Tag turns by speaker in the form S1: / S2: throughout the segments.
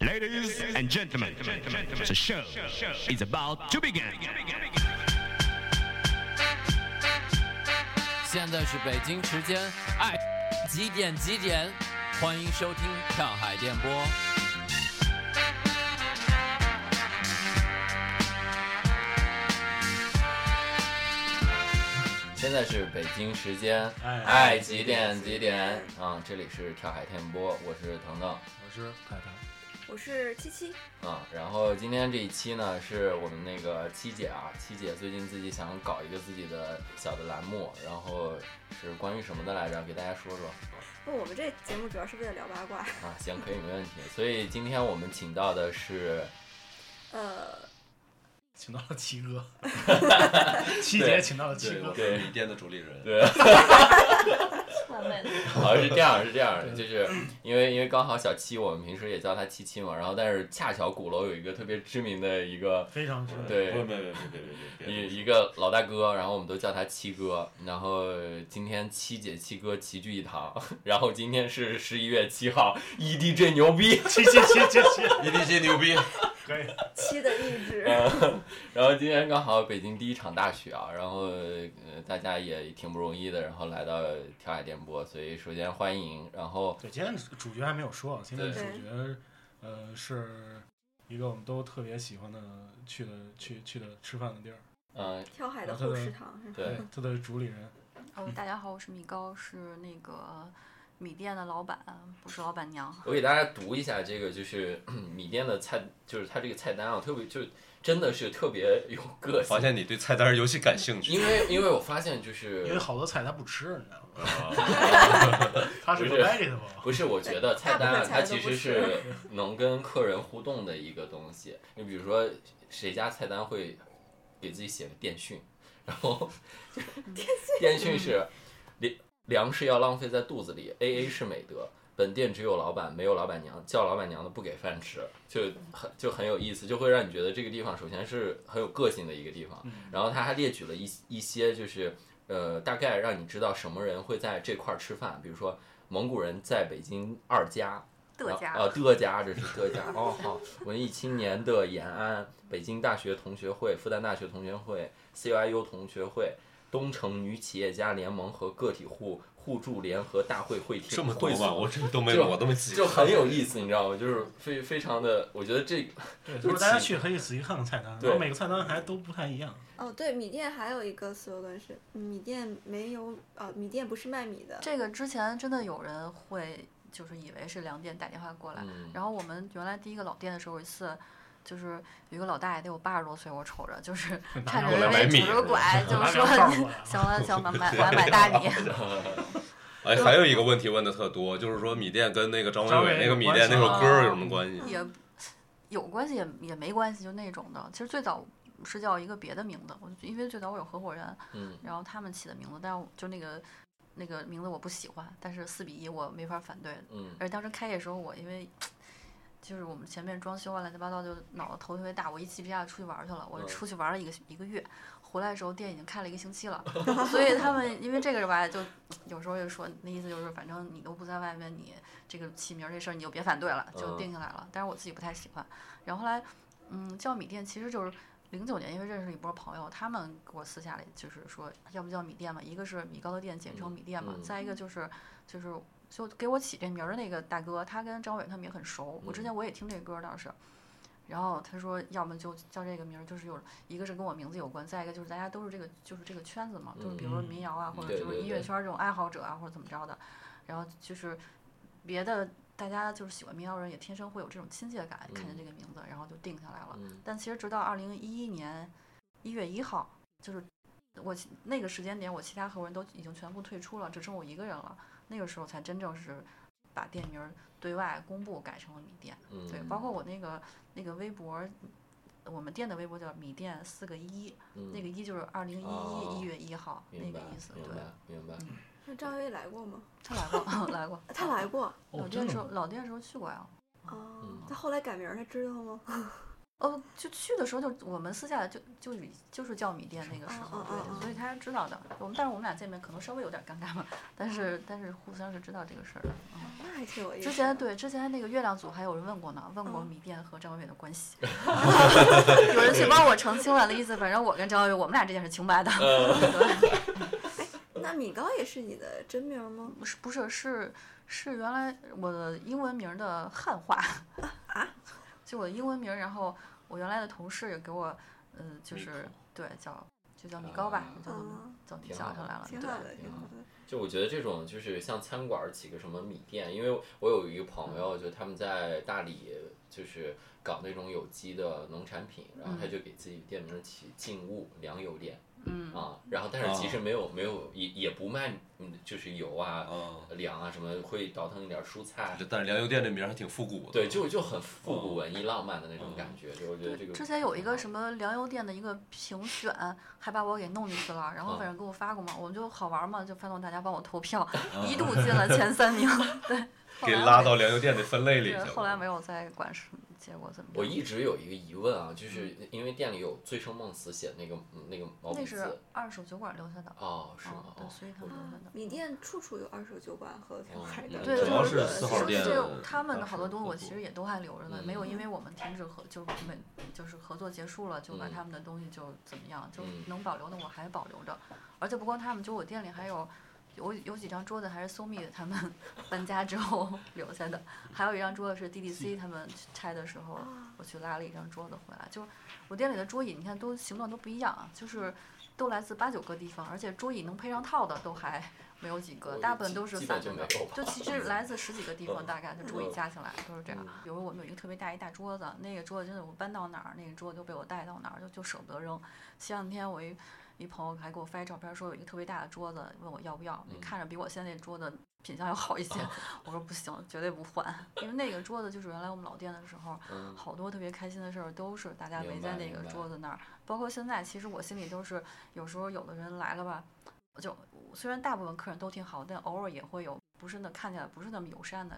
S1: Ladies and gentlemen, the show is about to begin.
S2: 现在是北京时间，哎，几点几点？欢迎收听上海电波。现在是北京时间，
S3: 哎
S2: 哎，几点几点？啊，这里是跳海电波，我是腾腾。
S3: 我是太太，
S4: 我是七七，
S2: 啊，然后今天这一期呢，是我们那个七姐啊，七姐最近自己想搞一个自己的小的栏目，然后是关于什么的来着？给大家说说
S4: 那我们这节目主要是为了聊八卦。
S2: 啊，行，可以，没问题。所以今天我们请到的是，
S4: 呃，
S3: 请到了七哥，七姐请到了七哥，
S2: 对
S5: 米店的主理人，
S2: 对， 好像是这样，是这样的，就是因为因为刚好小七，我们平时也叫她七七嘛，然后但是恰巧鼓楼有一个特别知名的一个
S3: 非常之
S2: 对
S5: 不不不不不不不，
S2: 一一个老大哥，然后我们都叫他七哥。然后今天七姐七哥齐聚一堂， 然后今天是十一月七号，EDJ 牛逼。
S3: 七七七七七，
S5: 一定是牛 逼，
S3: 可以，
S4: 七的意志，
S2: 然后今天刚好北京第一场大雪啊，然后呃大家也挺不容易的，然后来到跳海电波，所以首先欢迎，然后
S3: 对，今天主角还没有说，啊今天主
S4: 对
S3: 角呃是一个我们都特别喜欢的去的去去的吃饭的地儿，
S2: 嗯、
S4: 跳海的后食堂是吧？
S2: 对，
S3: 他的主理人，
S6: 哦，大家好，我是米高，是那个米店的老板，不是老板娘。
S2: 我给大家读一下这个，就是 嗯米店的菜，就是它这个菜单啊，特别就真的是特别有个性
S5: 发，现你对菜单游戏感兴趣
S2: 因为因为我发现就是
S3: 因为好多菜他不吃，你知道吗？
S5: 啊？
S3: 他是
S2: 不
S3: 不
S2: 是
S3: vegetable，
S2: 不是，我觉得菜单
S4: 大
S2: 啊
S4: 部，分
S2: 它
S4: 菜都
S2: 其
S4: 不
S2: 实
S4: 是
S2: 是能跟客人互动的一个东西。你比如说，谁家菜单会给自己写个电讯，然 后电讯是
S4: 嗯
S2: 粮粮食要浪费在肚子里，A A 是美德。本店只有老板，没有老板娘，叫老板娘的不给饭吃，就很就很有意思，就会让你觉得这个地方首先是很有个性的一个地方。然后他还列举了一一些就是呃，大概让你知道什么人会在这块儿吃饭，比如说蒙古人在北京二家，
S6: 的家，
S2: 啊，德家这是德家 哦，好，文艺青年的延安，北京大学同学会、复旦大学同学会、CYU 同学会、东城女企业家联盟和个体户互助联合大会会厅，
S5: 这么多
S2: 会
S5: 吗？
S2: 所
S5: 我这个都没
S2: 就
S5: 有，我都没记。
S2: 就很有意思，你知道吗？就是非非常的，我觉得这个
S3: 对，就是大家去可以仔细看看菜单，
S2: 对
S3: 然后每个菜单还都不太一样，
S4: 哦，对，米店还有一个 slogan 是米店没有，呃，米店不是卖米的。
S6: 这个之前真的有人会就是以为是粮店打电话过来，
S2: 嗯
S6: 然后我们原来第一个老店的时候，有一次就是有一个老大爷得有八十多岁，我瞅着就是差点
S5: 过来
S6: 儿
S5: 买
S6: 被
S5: 米
S6: 拄着拐，就
S3: 拿
S6: 说
S3: 两袋儿过来
S6: 行了行了，买买买大米。
S5: 哎，还有一个问题问的特多，就是说米店跟那个张伟伟那个米店那首歌儿有什么
S6: 啊
S5: 关系？
S6: 也有关系也也没关系，就那种的。其实最早是叫一个别的名字，我因为最早我有合伙人，
S2: 嗯
S6: 然后他们起的名字，但是我就那个那个名字我不喜欢，但是四比一我没法反对。
S2: 嗯
S6: 而当时开业的时候，我因为就是我们前面装修啊，乱七八糟，就脑子头特别大，我一气之下出去玩儿去了。我
S2: 嗯
S6: 出去玩了一个一个月，回来的时候店已经开了一个星期了， 所以他们因为这个吧，就有时候就说那意思就是，反正你都不在外面，你这个起名儿这事儿你就别反对了，
S2: 嗯
S6: 就定下来了。但是我自己不太喜欢。然后后来，嗯，叫米店其实就是。零九年，因为认识一波朋友，他们给我私下里就是说，要不叫米店嘛，一个是米糕的店，简称
S2: 嗯
S6: 米店嘛，
S2: 嗯
S6: 再一个就是就是就给我起这名儿的那个大哥，他跟张伟他们也很熟。我之前我也听这歌儿当时，然后他说，要么就叫这个名儿，就是有一个是跟我名字有关，再一个就是大家都是这个就是这个圈子嘛，就是比如说
S3: 嗯
S6: 民谣啊，或者
S2: 对
S6: 就是
S2: 对
S6: 音乐
S2: 对
S6: 圈儿这种爱好者啊，或者怎么着的。然后就是别的大家就是喜欢民谣人也天生会有这种亲切感，看见这个名字，然后就定下来了。
S2: 嗯
S6: 但其实直到二零一一年一月一号，就是我其那个时间点，我其他合伙人都已经全部退出了，只剩我一个人了。那个时候才真正是把店名儿对外公布改成了米店。
S2: 嗯，
S6: 对，包括我那个那个微博，我们店的微博叫米店四个一，
S2: 嗯
S6: 那个一就是二零一
S2: 哦
S6: 一一月一号那
S2: 明
S6: 个
S2: 白
S6: 意思。
S2: 明
S6: 对，
S2: 白明白，
S4: 那张薇来过吗？
S6: 他来过 来过，
S4: 她来过。
S3: 哦
S6: 老，
S3: 真
S6: 店
S3: 的
S6: 时候
S3: 吗，
S6: 老店时候去过呀。
S4: 哦
S2: 嗯，
S4: 她后来改名儿，她知道吗？
S6: 呃，就去的时候就我们私下就就以就是叫米店那个时候，
S4: 哦哦哦
S6: 对，
S4: 哦
S6: 所以他是知道的。我们但是我们俩见面可能稍微有点尴尬嘛，但
S4: 嗯
S6: 是但是互相是知道这个事儿的。嗯
S4: 那还挺有意思。
S6: 之前，对之前那个月亮组还有人问过呢，问过
S4: 嗯
S6: 米店和张伟的 关系， 有人去帮我澄清了的意思。反正我跟张伟，我们俩这件是清白的。 对
S4: 那米高也是你的真名吗？
S6: 不是不是是是原来我的英文名儿的汉化
S4: 啊
S6: 就我的英文名儿，然后我原来的同事也给我，呃，就
S5: 米
S6: 是对叫就叫米高吧，就叫
S4: 啊，
S6: 叫米
S2: 挺
S6: 叫
S2: 好
S6: 上
S2: 的
S6: 来了，
S4: 挺
S6: 嗯对
S4: 好的，
S2: 挺
S4: 挺
S2: 好
S4: 好
S2: 的
S4: 的。
S2: 就我觉得这种就是像餐馆儿起个什么米店，因为我有一个朋友，就他们在大理就是搞那种有机的农产品，然后他就给自己店名起“静物粮油店”
S6: 嗯
S2: 啊，然后但是其实没有没有也也不卖，嗯就是油啊、
S5: 啊，
S2: 粮啊什么，会倒腾一点儿蔬菜
S5: 这，但是粮油店这名儿还挺复古的。
S2: 对，就就很复古文艺浪漫的那种感觉。就我觉得这个
S6: 之前有一个什
S2: 么
S6: 么粮油店的一个评选，还把我给弄进去了，然后
S2: 啊
S6: 反正给我发过嘛，我们就好玩嘛，就发动大家帮我投票，一度进了前三名，对，后
S5: 给
S6: 来
S5: 拉
S6: 没
S5: 到粮油店的分类里去
S6: 对，后来
S5: 了。
S6: 没有再管是结果怎么样。
S2: 我一直有一个疑问啊，就是因为店里有醉生梦死写的那个嗯那个毛笔
S6: 嗯那
S2: 字
S6: 是，二手酒馆留下的，
S2: 哦，是
S6: 嗯
S2: 吗？，
S6: 对，
S2: 哦
S6: 所以他
S2: 我
S6: 们留下的。
S4: 啊米店处处有二手酒馆和两块的，
S6: 对，
S2: 嗯主要
S6: 就是
S2: 四号呃
S6: 所以
S5: 店
S6: 这种他们的
S5: 当
S6: 好多
S5: 时
S6: 东西，我
S5: 合
S6: 其
S5: 作
S6: 实也都还留着呢，没有
S2: 嗯
S6: 因为我们停止合，就是没就是合作结束了，就把
S2: 嗯
S6: 他们的东西就怎么样，就
S2: 嗯
S6: 能保留的我还保留着，而且不光他们，就我店里还有。有有几张桌子还是 s o m i 他们 搬家之后 留下的，还有一张桌子是 DDC 他们去拆的时候，
S4: 啊
S6: 我去拉了一张桌子回来。就我店里的桌椅，你看都形状都不一样啊，就是都来自八九个地方，而且桌椅能配上套的都还没有几个，
S2: 我
S6: 大
S2: 基
S6: 部分都是
S2: 基本
S6: 散着
S2: 就
S6: 的
S2: 没有吧。
S6: 就 其实来自十几个地方，
S2: 嗯
S6: 大概就桌椅
S2: 嗯
S6: 加起来都是这样
S2: 嗯。
S6: 比如我们有一个特别大一大桌子，那个桌子真的我搬到哪儿，那个桌子就被我带到哪儿，就就舍不得扔。前两天我一一朋友还给我发一照片，说有一个特别大的桌子，问我要不要，
S2: 嗯哦
S6: 看着比我现在这桌子品相要好一些。我说不行，绝对不换，因为那个桌子就是原来我们老店的时候，
S2: 嗯
S6: 好多特别开心的事儿都是大家围
S2: 明
S6: 在
S2: 白
S6: 那
S2: 明
S6: 个
S2: 白
S6: 桌子那儿，包括现在，其实我心里都是有时候有的人来了吧，就虽然大部分客人都挺好，但偶尔也会有不是那看起来不是那么友善的，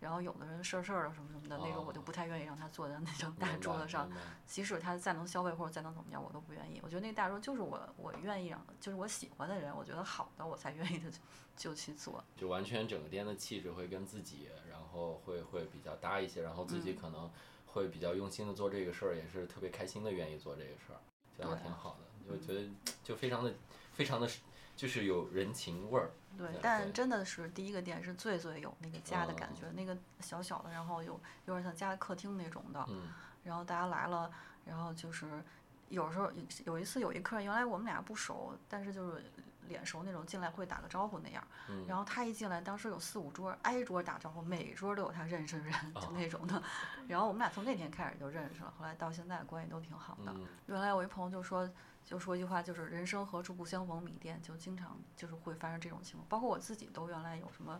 S6: 然后有的人事儿事儿的什么什么的，那种我就
S2: 哦
S6: 不太愿意让他坐在那张大
S2: 明
S6: 桌
S2: 白
S6: 子上，
S2: 明白
S6: 即使他再能消费或者再能怎么样，我都不愿意。我觉得那大桌就是我我愿意让，就是我喜欢的人，我觉得好的，我才愿意的就就去做。
S2: 就完全整个店的气质会跟自己，然后会会比较搭一些，然后自己
S6: 嗯
S2: 可能会比较用心的做这个事儿，也是特别开心的愿意做这个事儿，觉得还
S6: 对啊嗯
S2: 挺好的，就觉得就非常的非常的就是有人情味儿，
S6: 对
S2: 对，
S6: 但
S2: 对
S6: 真的是第一个店是最最有那个家的感
S2: 嗯
S6: 觉，那个小小的，然后有有点像家的客厅那种的，
S2: 嗯
S6: 然后大家来了，然后就是有时候有有一次有一客人，原来我们俩不熟，但是就是脸熟那种，进来会打个招呼那样。
S2: 嗯，
S6: 然后他一进来，当时有四五桌，挨桌打招呼，每桌都有他认识的人，
S2: 哦
S6: 就那种的。 然后我们俩从那天开始就认识了，后来到现在关系都挺好的。
S2: 嗯
S6: 原来我一朋友就说，就说一句话，就是“人生何处不相逢”，米店就经常就是会发生这种情况。包括我自己都原来有什么，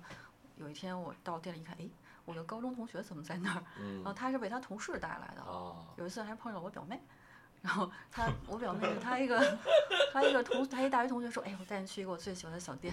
S6: 有一天我到店里一看，诶，我的高中同学怎么在那儿？然后
S2: 嗯
S6: 他是被他同事带来的，
S2: 啊，
S6: 有一次还碰上我表妹，然后她我表妹 是她一个她一个同她一大学同学说，哎，我带你去一个我最喜欢的小店，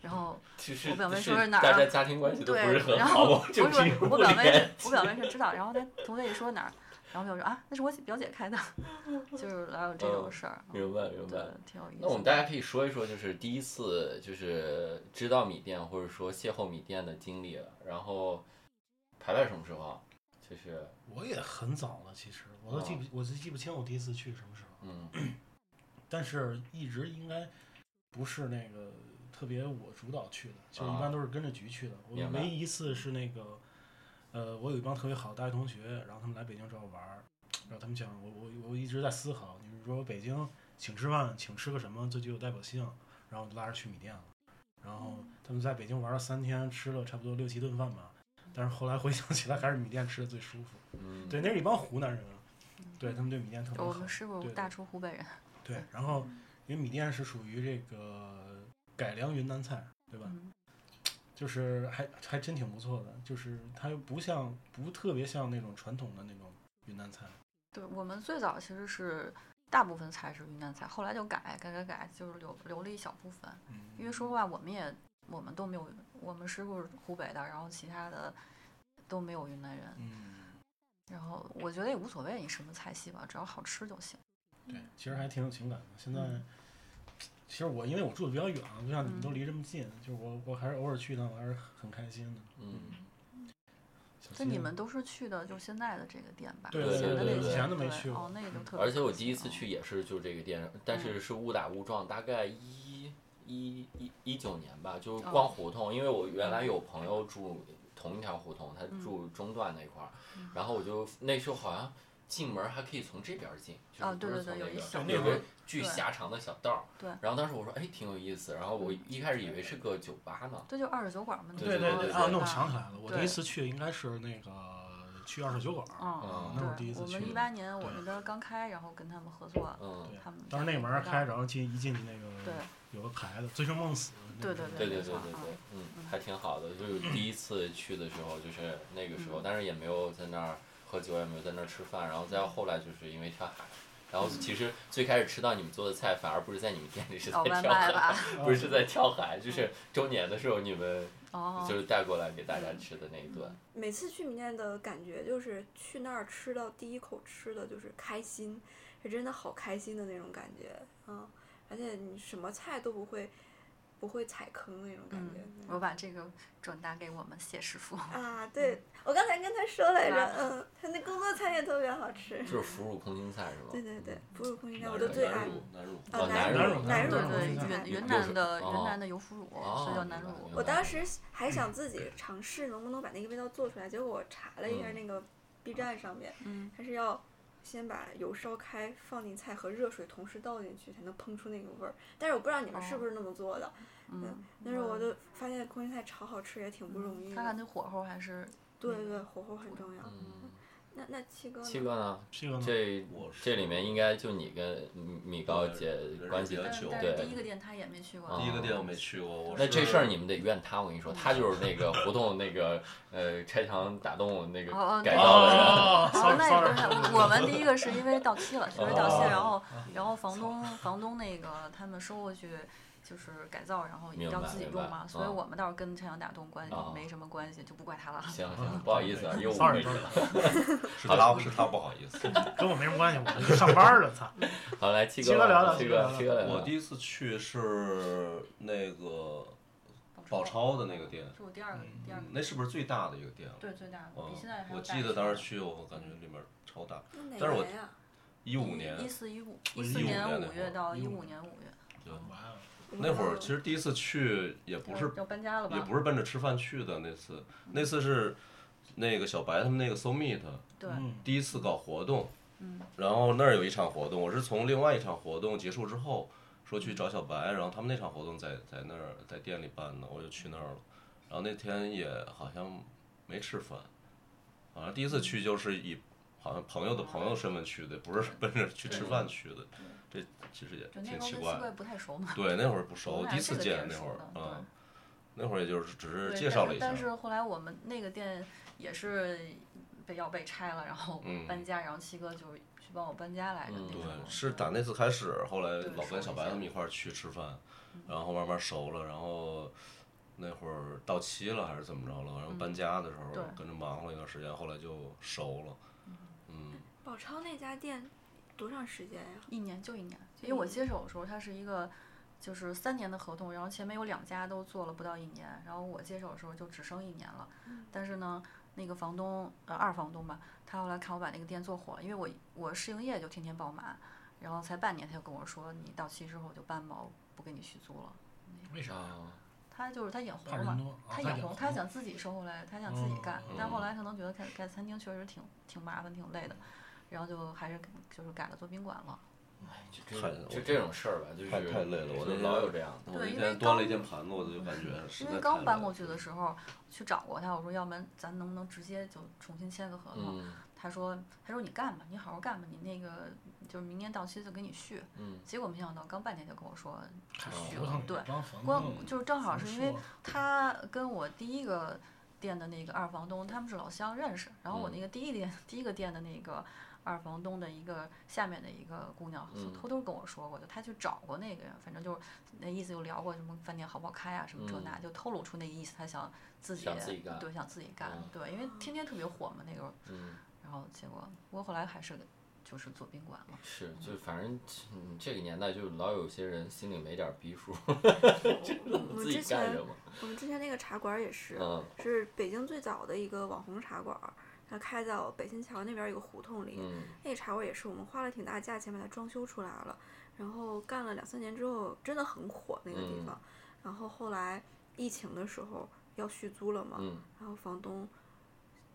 S6: 然后
S2: 其实
S6: 我表妹
S2: 就是
S6: 说是哪儿
S2: 大
S6: 啊
S2: 家家 庭关系都不是
S6: 对，
S2: 很
S6: 然
S2: 好，
S6: 后
S2: 就
S6: 我说
S2: 凭
S6: 我
S2: 互
S6: 表妹
S2: 联
S6: 是，我表妹是知道，然后她同学一说哪儿，然后我表妹说啊，那是我表姐开的， 就是老有这种
S2: 嗯
S6: 事儿，嗯
S2: 明白明
S6: 对
S2: 白。，
S6: 挺有意思的。
S2: 那我们大家可以说一说，就是第一次就是知道米店或者说邂逅米店的经历了。然后排排什么时候啊？就是
S3: 我也很早了，其实我都记不，我都记不清我第一次去什么时候，
S2: 嗯
S3: 但是一直应该不是那个特别我主导去的，就是一
S2: 啊
S3: 般都是跟着局去的。我
S2: 明白
S3: 唯一一次是那个，呃，我有一帮特别好的大学同学，然后他们来北京找我玩儿，然后他们讲我我我一直在思考，你们说北京请吃饭，请吃个什么最具有代表性，然后我就拉着去米店了。然后
S6: 嗯
S3: 他们在北京玩了三天，吃了差不多六七顿饭吧，但是后来回想起来，还是米店吃的最舒服。
S2: 嗯，
S3: 对，那是一帮湖南人啊，对他们对米店特别
S6: 就我
S3: 好。
S6: 们师傅
S3: 对对
S6: 大厨湖北人，
S3: 对，然后因为米店是属于这个改良云南菜，对吧？
S6: 嗯
S3: 就是还还真挺不错的，就是它又不像不特别像那种传统的那种云南菜，
S6: 对我们最早其实是大部分菜是云南菜，后来就改改改改，就是留留了一小部分。
S3: 嗯
S6: 因为说实话，我们也我们都没有，我们师傅是湖北的，然后其他的都没有云南人。
S3: 嗯，
S6: 然后我我觉得也无所谓你什么菜系吧，只要好吃就行。
S3: 对，其实还挺有情感的。现在
S6: 嗯，
S3: 其实我因为我住的比较远，啊不像你们都
S6: 嗯
S3: 离这么近，就是我我还是偶尔去一趟，我还是很开心的。
S2: 嗯，
S3: 小
S6: 就
S3: 西
S6: 你们都是去的就是现在的这个店吧？
S3: 对
S6: 以
S2: 对
S6: 前的
S2: 对
S6: 那
S2: 对
S6: 些
S2: 以
S3: 前都没
S6: 对
S3: 去过
S6: 哦，那个就特别。
S2: 而且我第一次去，也是就这个店，但
S6: 嗯
S2: 是是误打误撞，大概一一一一九年吧，
S6: 哦
S2: 就是逛胡同，因为我原
S6: 嗯
S2: 来有朋友住同一条胡同，他住中段那块儿，
S6: 嗯
S2: 然后我就那时候好像进门还可以从这边儿进，就
S6: 啊
S2: 是不
S6: 对
S2: 是
S6: 对
S2: 从
S6: 对有一小
S2: 哎那边
S3: 对那
S2: 儿，有
S3: 会
S2: 个
S3: 儿
S2: 巨
S6: 对
S2: 狭长的小道儿，
S6: 对嗯
S2: 然后当时我说哎挺有意思，然后我一开始以为是个酒吧呢，
S6: 这就二手酒馆嘛，那
S2: 对
S3: 对对
S2: 对
S3: 啊，
S2: 对
S3: 那我想起来了，我第
S6: 对
S3: 一次去应该是那个去二手酒馆，
S6: 嗯，
S3: 那
S6: 对，
S3: 我第一次
S6: 我
S3: 去
S6: 们一八年我
S3: 对
S6: 们的刚开，然后跟他们合作，
S2: 嗯，
S3: 对
S6: 他们
S3: 当时那个门儿开，然后进一进去那
S6: 对
S3: 个有个牌子“醉生梦死”，那个
S6: 对
S2: 对对
S6: 没
S2: 对对
S6: 错
S2: 对
S6: 嗯，
S2: 嗯
S6: 嗯，
S2: 还挺好的。就是第一次去的时候，就是那个时候，但是也没有在那儿喝酒，也没有在那儿吃饭。然后再后来，就是因为跳海，然后其实最开始吃到你们做的菜，反而不是在你们店里，是在
S6: 搞哦外
S2: 跳
S6: 卖
S2: 海，
S6: 吧，
S2: 不是在跳海，就是周年的时候你们
S6: 哦
S2: 就，是带过来给大家吃的那一顿。
S4: 每次去米店的感觉就是去那儿吃到第一口吃的就是开心，是真的好开心的那种感觉啊！而且你什么菜都不会不会踩坑那种感
S6: 嗯
S4: 觉。，
S6: 我把这个转达给我们谢 师傅，
S4: 啊，对我刚才跟他说来着
S6: 是吧，
S4: 嗯，他那工作餐也特别好吃。
S2: 嗯就是腐乳空心菜是吗？
S4: 对对对，腐乳空心菜
S5: 南
S4: 我都最
S5: 南
S4: 爱
S5: 乳。南乳
S4: 啊
S2: 哦，南
S3: 南
S2: 乳
S3: 乳
S4: 南
S3: 南
S6: 对
S4: 乳
S3: 乳
S4: 空心
S3: 南
S6: 对，
S4: 菜
S6: 云。云
S2: 就
S6: 南
S2: 是
S6: 的
S2: 哦
S6: 云南的油腐乳，所以叫
S2: 哦
S6: 南乳
S2: 明白
S4: 我当
S6: 嗯
S4: 时还想自己尝试能不能把那个味道做出来，结果我查了一下
S2: 嗯
S4: 那个 B 站上面，
S6: 嗯，
S4: 它是要先把油烧开，放进菜和热水同时倒进去，才能烹出那个味儿。但是我不知道你们是不是那么做的，
S6: 哦嗯，
S4: 但是我就发现空心菜炒好吃也挺不容易
S6: 看看
S4: 的。
S6: 那火候还是
S4: 对对，火候很重要。
S2: 嗯，
S4: 那那七哥呢？
S2: 七哥呢？
S3: 这个呢
S2: 这
S5: 嗯我是
S2: 这里面应该就你跟米米高姐关系
S5: 人比
S6: 但
S5: 较
S6: 是
S5: 久
S6: 但是
S2: 对
S6: 第一个店他也没去过，
S2: 啊
S5: 第一个店我没去过，我
S2: 那
S5: 是
S2: 这事儿你们得怨他，我跟你说，他就是那个胡同那个呃拆墙打洞那个
S6: 哦哦
S2: 改造的人。
S5: 啊
S3: 哦
S6: 哦，那也不
S3: ，sorry，sorry，
S6: 是，我们第一个是因为到期了，确实到期，
S2: 哦
S6: 然后然后房东房东那个他们收回去就是改造，然后
S2: 明白
S6: 要自己用
S2: 明
S6: 嘛，
S2: 白
S6: 所以
S5: 哦
S2: 嗯
S6: 我们倒是跟陈阳打洞关系
S2: 哦
S6: 没什么关系，就不怪他了。
S2: 行行，不好意思啊，又误
S3: sorry，
S2: 会了。
S5: 是他是他不好意思。
S3: 跟我没什么关系，我是上班儿 了，操，
S2: 好，来七
S3: 七
S2: 哥
S3: 哥聊
S2: 吧，
S3: 聊
S2: 七
S3: 七哥聊聊
S2: 七哥来
S5: 我
S2: 聊。
S5: 第一次去是那个宝超的那个店，
S6: 是我第二个第二个，
S5: 嗯那是不是最大的一个店了？
S6: 对最大的，
S5: 嗯
S6: 比现在还，
S5: 我
S6: 要大
S5: 记
S6: 一
S5: 得
S6: 些
S5: 当时去，我感觉里面超大。
S4: 那哪
S5: 但是我
S4: 年呀？
S5: 一五年，
S6: 一四一五
S5: 我
S6: 一四
S5: 15
S6: 年
S5: 年那
S6: 五
S5: 会
S6: 月
S5: 儿
S6: 到一
S3: 15
S6: 五年五月，
S3: 完了，
S5: 那会儿其实第一次去也不是
S6: 要要搬家嗯了吧？嗯
S5: 也不是奔着吃饭去的，那次那次是那个小白他们那个 So Meet
S6: 对，
S3: 嗯，
S5: 第一次搞活动，
S6: 嗯
S5: 然后那儿有一场活动，我是从另外一场活动结束之后说去找小白，然后他们那场活动在在那儿在店里办的，我就去那儿了，然后那天也好像没吃饭，好像第一次去就是以好像朋友的朋友身份去的，不是奔着去吃饭去的，这其实也
S6: 嗯就那
S5: 挺
S6: 时候
S5: 奇
S6: 跟
S5: 怪
S6: 七
S5: 的
S6: 哥。不太熟嘛，
S5: 对，那会儿不
S6: 我
S5: 熟，
S6: 们
S5: 第一
S6: 俩这
S5: 次
S6: 个
S5: 见
S6: 店
S5: 那
S6: 熟
S5: 会儿
S6: 的，对
S5: 嗯，那会儿也就是只是
S6: 对
S5: 介
S6: 但
S5: 绍
S6: 是
S5: 了一下
S6: 但，是后来我们那个店也是被要被拆了，然后
S5: 嗯
S6: 搬家，然后七哥就去帮我搬家来着。
S2: 嗯
S6: 那
S5: 对
S6: 时候，
S5: 是打那次开始，后来
S6: 对
S5: 老
S6: 熟
S5: 跟小
S6: 一嗯
S5: 白
S6: 些
S5: 他们一块儿去吃饭，然后慢慢熟了，然后那会儿到期了还是怎么着了，然后搬家的时候
S6: 嗯对
S5: 跟着忙活了一段时间，后来就熟了，嗯，
S4: 宝超那家店多长时间呀？
S6: 一年就一年，
S4: 就
S6: 因为我
S4: 一年
S6: 接手的时候，它是一个就是三年的合同，然后前面有两家都做了不到一年，然后我接手的时候就只剩一年了。但是呢，那个房东呃二房东吧，他后来看我把那个店做火了，因为我我试营业就天天爆满，然后才半年他就跟我说，你到期之后我就搬吧，我不给你续租了。
S3: 为啥？
S2: 啊，
S6: 他就是他眼
S3: 怕
S6: 红嘛
S3: 人，多，
S5: 哦
S3: 啊
S6: 他眼红，
S5: 嗯
S6: 他想自己收回来，他想自己干，
S3: 嗯
S6: 但后来可能觉得改改餐厅确实挺挺麻烦、挺累的，然后就还是给就是改了做宾馆了。
S2: 就
S5: 太
S2: 这就这种事儿吧，就是
S5: 太太累了我
S2: 就
S5: 那
S2: 老
S5: 天
S2: 有这样的。
S5: 我
S6: 对
S5: 那
S6: 因为
S5: 天端了
S6: 刚
S5: 一件盘子，我就感觉实
S6: 因
S5: 在太
S6: 为刚搬
S5: 累
S6: 过
S5: 了
S6: 去的时候去找过他，我说要不然咱能不能直接就重新签个合同？
S2: 嗯
S6: 他说他说你干吧，你好好干吧，你那个就是明年到期就给你续。
S2: 嗯，
S6: 结果没想到刚半年就跟我说
S3: 太
S2: 虚
S3: 虚
S2: 了
S3: 了，
S6: 对
S3: 帮房
S6: 光
S5: 嗯
S3: 东
S6: 就是正好是因为
S3: 说
S2: 嗯
S6: 他跟我第一个店的那个二房东他们是老乡认识，然后我
S2: 嗯
S6: 那个第一店、第一个店的那个二房东的一个下面的一个姑娘
S2: 嗯
S6: 偷偷跟我说过，就他去找过那个人，反正就是那意思就聊过什么饭店好不好开啊，什么这
S2: 嗯
S6: 那，就透露出那意思，他想自己
S2: 想自己干
S6: 对想自己干
S2: 嗯
S6: 对，因为天天特别火嘛那个，
S2: 嗯
S6: 然后结果不过后来还是就是做宾馆了。
S2: 是，就反正嗯这个年代就老有些人心里没点儿逼数，
S4: 我们
S2: 自己
S4: 之
S2: 干
S4: 前
S2: 什么？
S4: 我们之前那个茶馆也是，
S2: 嗯
S4: 是北京最早的一个网红茶馆，它开到北新桥那边儿一个胡同里。
S2: 嗯
S4: 那个茶馆也是我们花了挺大价钱把它装修出来了，然后干了两三年之后，真的很火那个地
S2: 嗯
S4: 方。然后后来疫情的时候要续租了嘛，
S2: 嗯
S4: 然后房东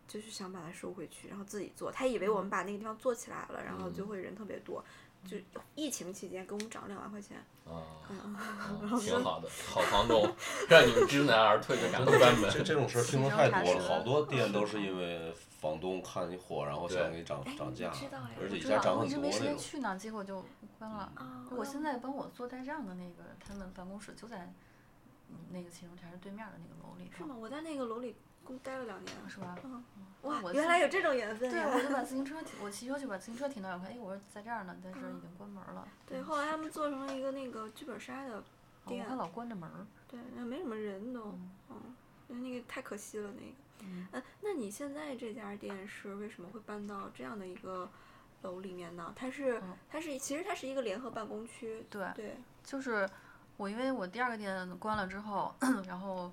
S4: 就是想把它收回去，然后自己做。他以
S5: 嗯
S4: 为我们把那个地方做起来了，然后就
S2: 嗯
S4: 会人特别多。就疫情期间给我们涨两万块钱，
S2: 啊，
S4: 嗯，
S2: 嗯挺好的，好房东，让你们知难而退就赶紧关
S5: 这
S2: 门。
S5: 这种事儿听得太多了，好 多店都是
S6: 是
S5: 因为房东看你火，然后
S2: 对
S5: 想给你涨
S4: 哎
S5: 涨
S4: 你
S5: 价
S4: 知道呀，
S5: 而且
S6: 我
S5: 一
S6: 知
S5: 下
S6: 道，
S5: 涨
S6: 我
S5: 很
S6: 一直
S5: 多
S6: 没时
S5: 那
S6: 间
S5: 种。
S6: 去呢，结果就关了。
S4: 啊
S6: 我现在帮我做代账的那个，他们办公室就在嗯那个秦荣茶室对面的那个楼里
S4: 是
S6: 头，
S4: 吗？我在那个楼里共待了两年，
S6: 啊是吧？
S4: 嗯，
S6: 我
S4: 哇，
S6: 自
S4: 原来
S6: 己
S4: 有这种缘分
S6: 对，
S4: 呀！
S6: 我就把自行车停，我骑车就把自行车停那儿，我看，哎，我说在这儿呢，但是已经关门了。
S4: 对，
S6: 嗯
S4: 后来他们做成了一个那个剧本杀的
S6: 哦我
S4: 店
S6: 看，老关着门儿。
S4: 对，那没什么人都，
S6: 嗯
S4: 嗯，那个太可惜了那个。
S6: 嗯，
S4: 嗯，那你现在这家店是为什么会搬到这样的一个楼里面呢？它是、
S6: 嗯
S4: 它是其实它是一个联合办公区，
S6: 对，
S4: 哦对，
S6: 就是我因为我第二个店关了之后， 然后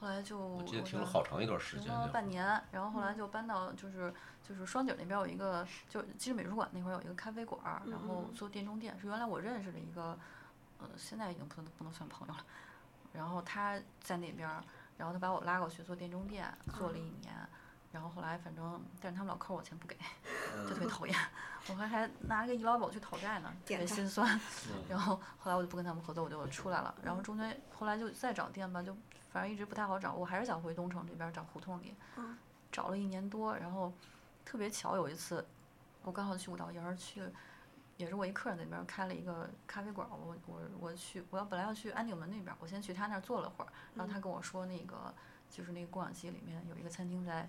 S6: 后来就
S5: 我
S6: 我
S5: 记得停
S6: 就
S5: 了好长一段时
S6: 停
S5: 间，
S6: 了
S5: 那会儿
S6: 半年，然后后来就搬到就是就是双井那边有一个，就其实美术馆那块儿有一个咖啡馆儿，然后
S4: 嗯嗯
S6: 做店中店，是原来我认识的一个，呃，现在已经不能不能算朋友了。然后他在那边儿，然后他把我拉过去做店中店，做了
S4: 啊
S6: 一年。然后后来反正，但是他们老扣我钱不给，
S4: 嗯
S6: 就特别讨厌。我还还拿个医疗保去讨债呢，特
S4: 点
S6: 别
S4: 他
S6: 心酸。
S2: 嗯
S6: 然后后来我就不跟他们合作，我就出来了。然后中间后来就再找店吧，就反正一直不太好找，我还是想回东城这边儿找胡同里。
S4: 嗯
S6: 找了一年多，然后特别巧有一次，我刚好去五道营儿去，也是我一客人那边儿开了一个咖啡馆儿，我我我去，我要本来要去安定门那边儿，我先去他那儿坐了会儿，
S4: 嗯
S6: 然后他跟我说那个就是那个共享机里面有一个餐厅在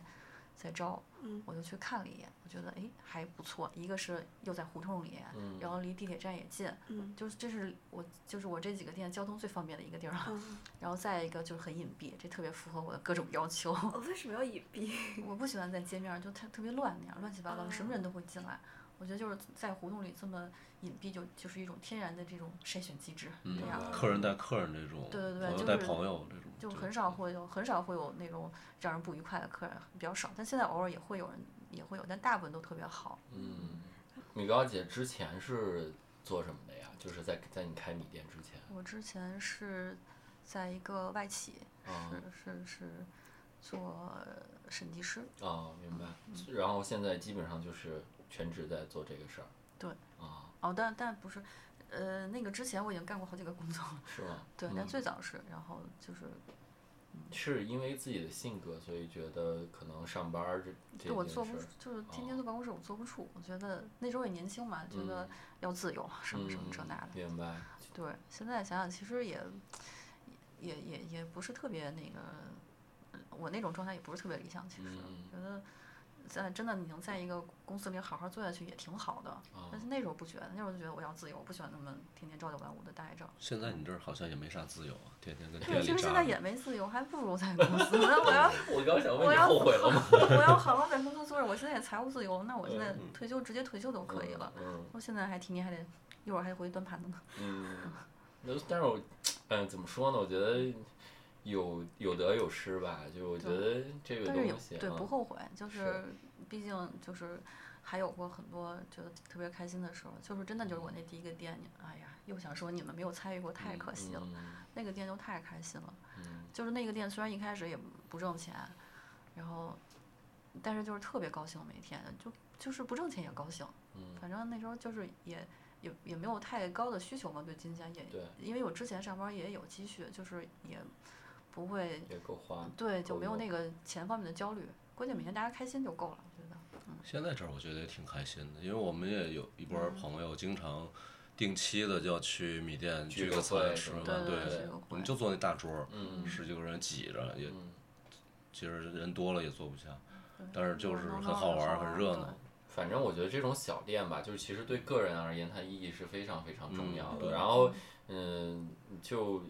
S6: 在招，
S4: 嗯
S6: 我就去看了一眼，我觉得哎还不错，一个是又在胡同里，
S2: 嗯
S6: 然后离地铁站也近，
S4: 嗯
S6: 就是这是我就是我这几个店交通最方便的一个地儿了，
S4: 嗯，
S6: 然后再一个就是很隐蔽，这特别符合我的各种要求。
S4: 我哦为什么要隐蔽？
S6: 我不喜欢在街面儿，就特特别乱那样，乱七八糟，什么人都会进来。我觉得就是在胡同里这么隐蔽就，就是一种天然的这种筛选机制，
S5: 嗯
S6: 这样
S2: 嗯
S5: 客人带客人这种，
S6: 对对
S5: 朋
S6: 对
S5: 友
S6: 就
S5: 带
S6: 是
S5: 朋友这种，
S6: 就很少会有很少会有那种让人不愉快的客人，比较少。但现在偶尔也会有人，也会有，但大部分都特别好。
S2: 嗯，米高姐之前是做什么的呀？就是在在你开米店之前，
S6: 我之前是在一个外企，
S2: 啊
S6: 是是是做审计师，
S2: 啊，明白。然后现在基本上就是全职在做这个事儿。
S6: 对。
S2: 啊，
S6: 哦，但但不是，呃，那个之前我已经干过好几个工作了，
S2: 是吗？嗯
S6: 对，但最早是，然后就是
S2: 是因为自己的性格，所以觉得可能上班儿这这
S6: 对我
S2: 件
S6: 坐
S2: 事
S6: 不
S2: 儿
S6: 住，就是天天
S2: 哦
S6: 坐办公室，我坐不住。我觉得那时候也年轻嘛，觉得
S2: 嗯
S6: 要自由，什么什么这
S2: 嗯
S6: 那的。
S2: 明白。
S6: 对，现在想想其实也也也也不是特别那个，呃我那种状态也不是特别理想。其实
S2: 嗯
S6: 觉得在真的你能在一个公司里好好做下去也挺好的。
S2: 啊
S6: 但是那时候不觉得，那时候就觉得我要自由，我不喜欢那么天天朝九晚五的待着。
S5: 现在你这儿好像也没啥自由啊，天天跟
S6: 对，
S5: 店里
S6: 其实现
S5: 扎
S6: 在
S5: 着
S6: 也没自由，还不如在公司。我要我要
S2: 我刚想问
S6: 我
S2: 你
S6: 要
S2: 后悔了吗？
S6: 我要好好在公司坐着，我现在也财务自由，那我现在退休直接退休都可以了。
S2: 嗯
S6: 我现在还天天还得，一会儿还得回去端盘子呢。
S2: 嗯，那但是我，嗯，怎么说呢？我觉得有有得有失吧。就我觉得这个
S6: 但是也
S2: 东西啊，
S6: 对不后悔，就是是毕竟就是还有过很多觉得特别开心的时候，就是真的就是我那第一个店，你哎呀，又想说你们没有参与过，太可惜了。
S2: 嗯
S6: 那个店就太开心了，
S2: 嗯
S6: 就是那个店虽然一开始也不挣钱，然后但是就是特别高兴，每天就就是不挣钱也高兴。
S2: 嗯
S6: 反正那时候就是也也也没有太高的需求嘛，对金钱也
S2: 嗯对，
S6: 因为我之前上班也有积蓄，就是也不会
S2: 也够花。
S6: 对就
S2: 够
S6: 没有
S2: 用
S6: 那个钱方面的焦虑，关键每天大家开心就够了，我觉得。
S5: 现在这儿我觉得也挺开心的，因为我们也有一波儿朋友经常定期的就要去米店
S2: 聚
S5: 聚
S2: 个
S5: 个
S2: 会
S5: 餐吃
S2: 什么
S5: 个
S2: 的
S5: 饭，
S6: 对
S2: 对
S6: 是有
S5: 我
S6: 会
S5: 们就坐那大桌儿，
S2: 嗯
S5: 十几个人挤着，也
S2: 嗯，
S5: 其实人多了也坐不下，
S6: 对
S5: 但是就
S6: 热
S5: 是很
S6: 闹闹
S5: 好
S6: 的
S5: 玩儿，
S6: 好
S5: 很
S6: 玩
S5: 热
S6: 儿
S5: 闹。
S2: 反正我觉得这种小店吧，就是其实对个人而言，它意义是非常非常重要
S5: 嗯
S2: 的。
S5: 对
S2: 然后，嗯，就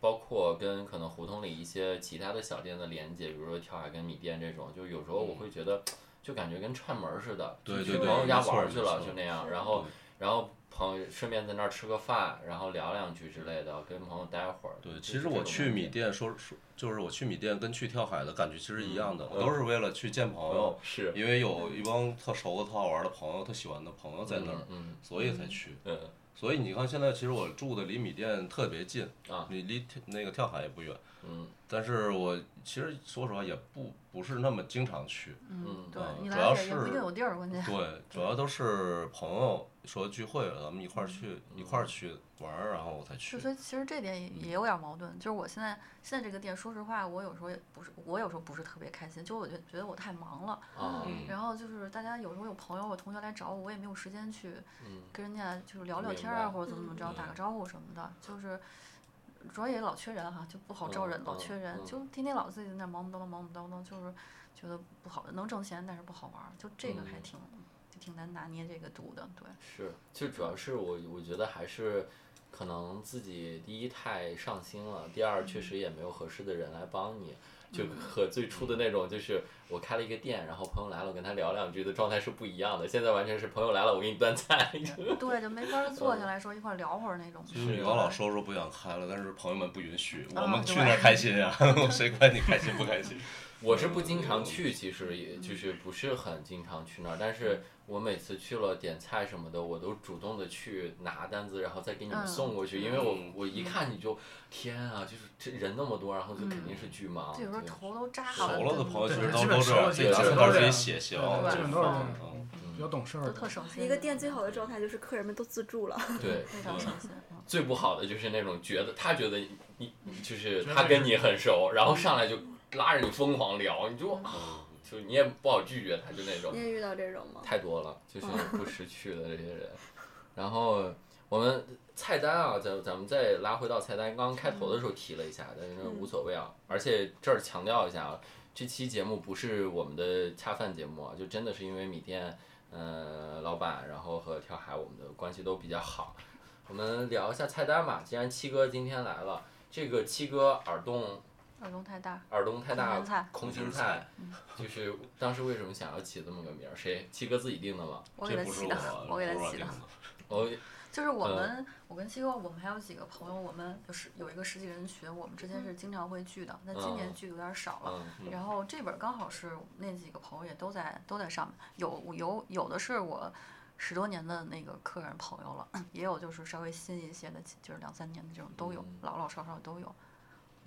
S2: 包括跟可能胡同里一些其他的小店的连接，比如说跳海跟米店这种，就有时候我会觉得。就感觉跟串门儿似的，
S5: 嗯
S2: 就
S5: 对对
S2: 去
S5: 对
S2: 朋友家
S5: 没错
S2: 玩儿
S5: 没
S2: 去了，
S5: 错
S2: 就那样。
S4: 是
S2: 然后然后朋友顺便在那儿吃个饭，然后聊两句之类的，跟朋友待会儿。
S5: 对，
S2: 就
S5: 其
S2: 是
S5: 实
S2: 这
S5: 我
S2: 种
S5: 去
S2: 感
S5: 米
S2: 觉，
S5: 店说说，就是我去米店跟去跳海的感觉其实一样的，
S2: 嗯
S5: 都是为了去见朋友
S2: 嗯，是
S5: 因为有一帮特熟的、特好玩的朋友、特喜欢的朋友在那儿，
S2: 嗯
S5: 所以才去。
S2: 嗯
S5: 所以你看，现在其实我住的离米店特别近
S2: 啊
S5: 你离跳那个跳海也不远。
S2: 嗯
S5: 但是我其实说实话也不不是那么经常 去，
S6: 嗯，对
S5: 嗯
S6: 你
S5: 主
S6: 来
S5: 要
S6: 也也不一定
S5: 是
S6: 有地儿，关键。
S5: 对，主要都是朋友说聚会了，咱们一块儿去一块儿去玩儿，然后我才去
S6: 嗯是，。所以其实这点也也有点矛盾。就是我现在现在这个店，说实话，我有时候也不是，我有时候不是特别开心，就我觉觉得我太忙了。
S2: 嗯啊
S5: 嗯
S6: 然后就是大家有时候有朋友、有同学来找我，我也没有时间去
S2: 嗯
S6: 跟人家就是聊聊
S2: 明
S6: 天儿啊，
S2: 白嗯
S6: 或者怎么怎么着，打个招呼什么的，就是。主要也老缺人哈、就不好招
S2: 嗯
S6: 人，老
S2: 嗯
S6: 缺人，就天天老自己在那儿忙忙叨叨、忙忙叨叨，就是觉得不好，能挣钱但是不好玩儿，就这个还
S2: 嗯
S6: 挺、就挺难拿捏这个度的，对。
S2: 是，就主要是我我觉得还是可能自己第一太上心了，第二确实也没有合适的人来帮你。就和最初的那种，就是我开了一个店，然后朋友来了，我跟他聊两句的状态是不一样的。现在完全是朋友来了，我给你端菜。
S6: 对，就没法儿坐下来说一块儿聊会儿那种。
S5: 其实
S6: 对
S5: 王老说说不想开了，但是朋友们不允许，
S6: 啊
S5: 我们
S6: 对
S5: 去那儿开心呀， 谁管你开心不开 心？
S2: 我是不经常去，其实也就是不是很经常去那儿，但是我每次去了点菜什么的，我都主动的去拿单子，然后再给你们
S6: 嗯
S2: 送过去，因为我
S5: 嗯
S2: 我一看你就天啊，就是这人那么多，然后就肯定是巨忙。
S6: 嗯就有时候
S2: 对
S6: 头都扎
S5: 熟
S6: 了，
S5: 了的
S6: 就
S5: 朋友其
S3: 对
S5: 实都
S3: 基本
S5: 都
S3: 熟
S5: 这样，
S3: 了
S5: 自己
S2: 基
S5: 拿
S2: 本
S5: 菜
S2: 都
S3: 这
S5: 单自己
S3: 样
S5: 写写
S3: 对
S5: 完了
S3: 基
S5: 再
S3: 本都是这啊
S5: 放
S3: 样。
S5: 嗯
S3: 比较懂事儿
S6: 都
S3: 的，
S6: 特省 心。
S4: 一个店最好的状态就是客人们都自助了，
S2: 对，
S6: 非常省心。嗯
S2: 最不好的就是那种觉得他觉得你你你就是
S3: 觉得
S2: 他
S3: 是
S2: 跟你很熟，然后上来就拉着你疯狂聊，你就
S6: 嗯
S2: 啊，
S5: 嗯
S2: 就你也不好拒绝他，就那种
S4: 你。也遇到这种吗？
S2: 太多 了，就是不识趣的这些人。然后我们菜单啊，咱咱们再拉回到菜单，刚刚开头的时候提了一下，但是无所谓啊。而且这儿强调一下啊，这期节目不是我们的恰饭节目啊，就真的是因为米店，呃，老板，然后和跳海我们的关系都比较好。我们聊一下菜单吧，既然七哥今天来了，这个七哥耳洞
S6: 耳洞太大，
S2: 耳洞太大
S6: 空心菜，
S2: 空心菜，就是当时为什么想要起这么个名儿？谁七哥自己定的吗？
S6: 我给
S5: 这
S6: 他
S5: 不是
S6: 起
S5: 我
S6: 的，
S5: 啊，
S6: 我给
S5: 不是
S6: 他
S5: 我嗯
S6: 起
S5: 定
S6: 的。
S2: 哦，
S6: 就是我
S2: 呃
S6: 们，我跟西哥，我们还有几个朋友，我们就是有一个十几人群，我们之前是
S4: 嗯
S6: 经常会聚的，那今年
S2: 嗯
S6: 聚的有点少了。
S2: 嗯
S6: 然后这本儿刚好是那几个朋友也都在都在上面，有有有的是我十多年的那个客人朋友了，也有就是稍微新一些的，就是两三年的这种都有，
S2: 嗯
S6: 老老少少都有。